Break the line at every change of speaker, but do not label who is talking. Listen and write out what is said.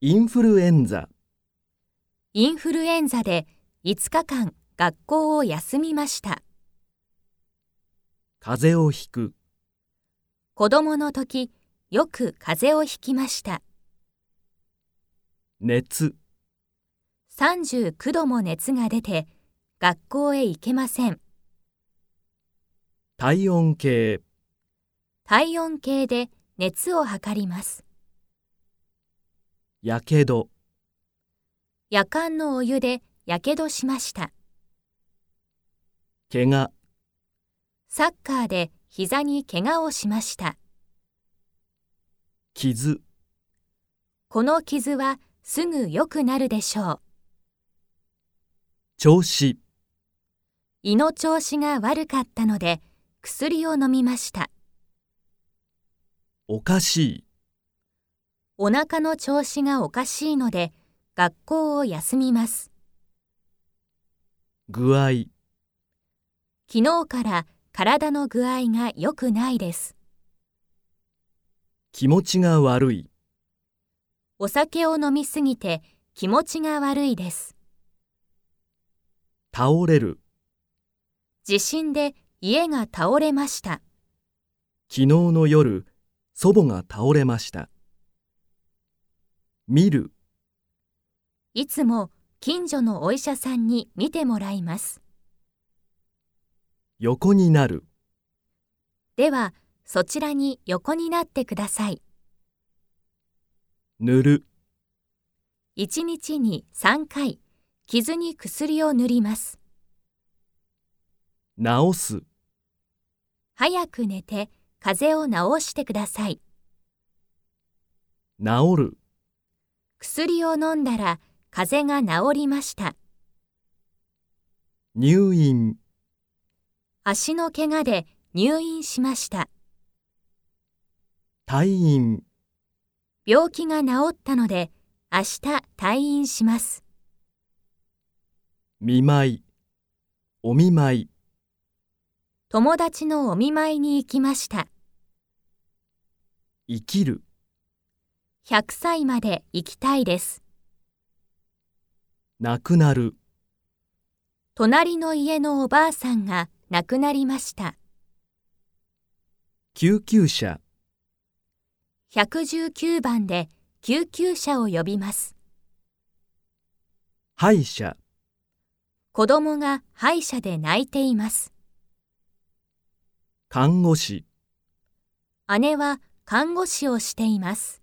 インフルエンザ、
インフルエンザで5日間学校を休みました。
風邪をひく、
子供の時、よく風邪をひきました。
熱、
39度も熱が出て、学校へ行けません。
体温計、
体温計で熱を測ります。
やけど、
夜間のお湯でやけどしました。
怪我、
サッカーで膝に怪我をしました。
傷、
この傷はすぐ良くなるでしょう。
調子、
胃の調子が悪かったので、薬を飲みました。
おかしい、
お腹の調子がおかしいので、学校を休みます。
具合、
昨日から体の具合が良くないです。
気持ちが悪い、
お酒を飲みすぎて気持ちが悪いです。
倒れる、
地震で家が倒れました。
昨日の夜、祖母が倒れました。見る、
いつも近所のお医者さんに見てもらいます。
横になる、
では、そちらに横になってください。
塗る、
1日に3回、傷に薬を塗ります。
治す、
早く寝て、風邪を治してください。
治る、
薬を飲んだら、風邪が治りました。
入院、
足の怪我で入院しました。
退院、
病気が治ったので、明日退院します。
見舞い、お見舞い、
友達のお見舞いに行きました。
生きる、
100歳まで生きたいです。
なくなる、
隣の家のおばあさんが亡くなりました。
救急車、
119番で救急車を呼びます。
歯医者、
子供が歯医者で泣いています。
看護師。
姉は看護師をしています。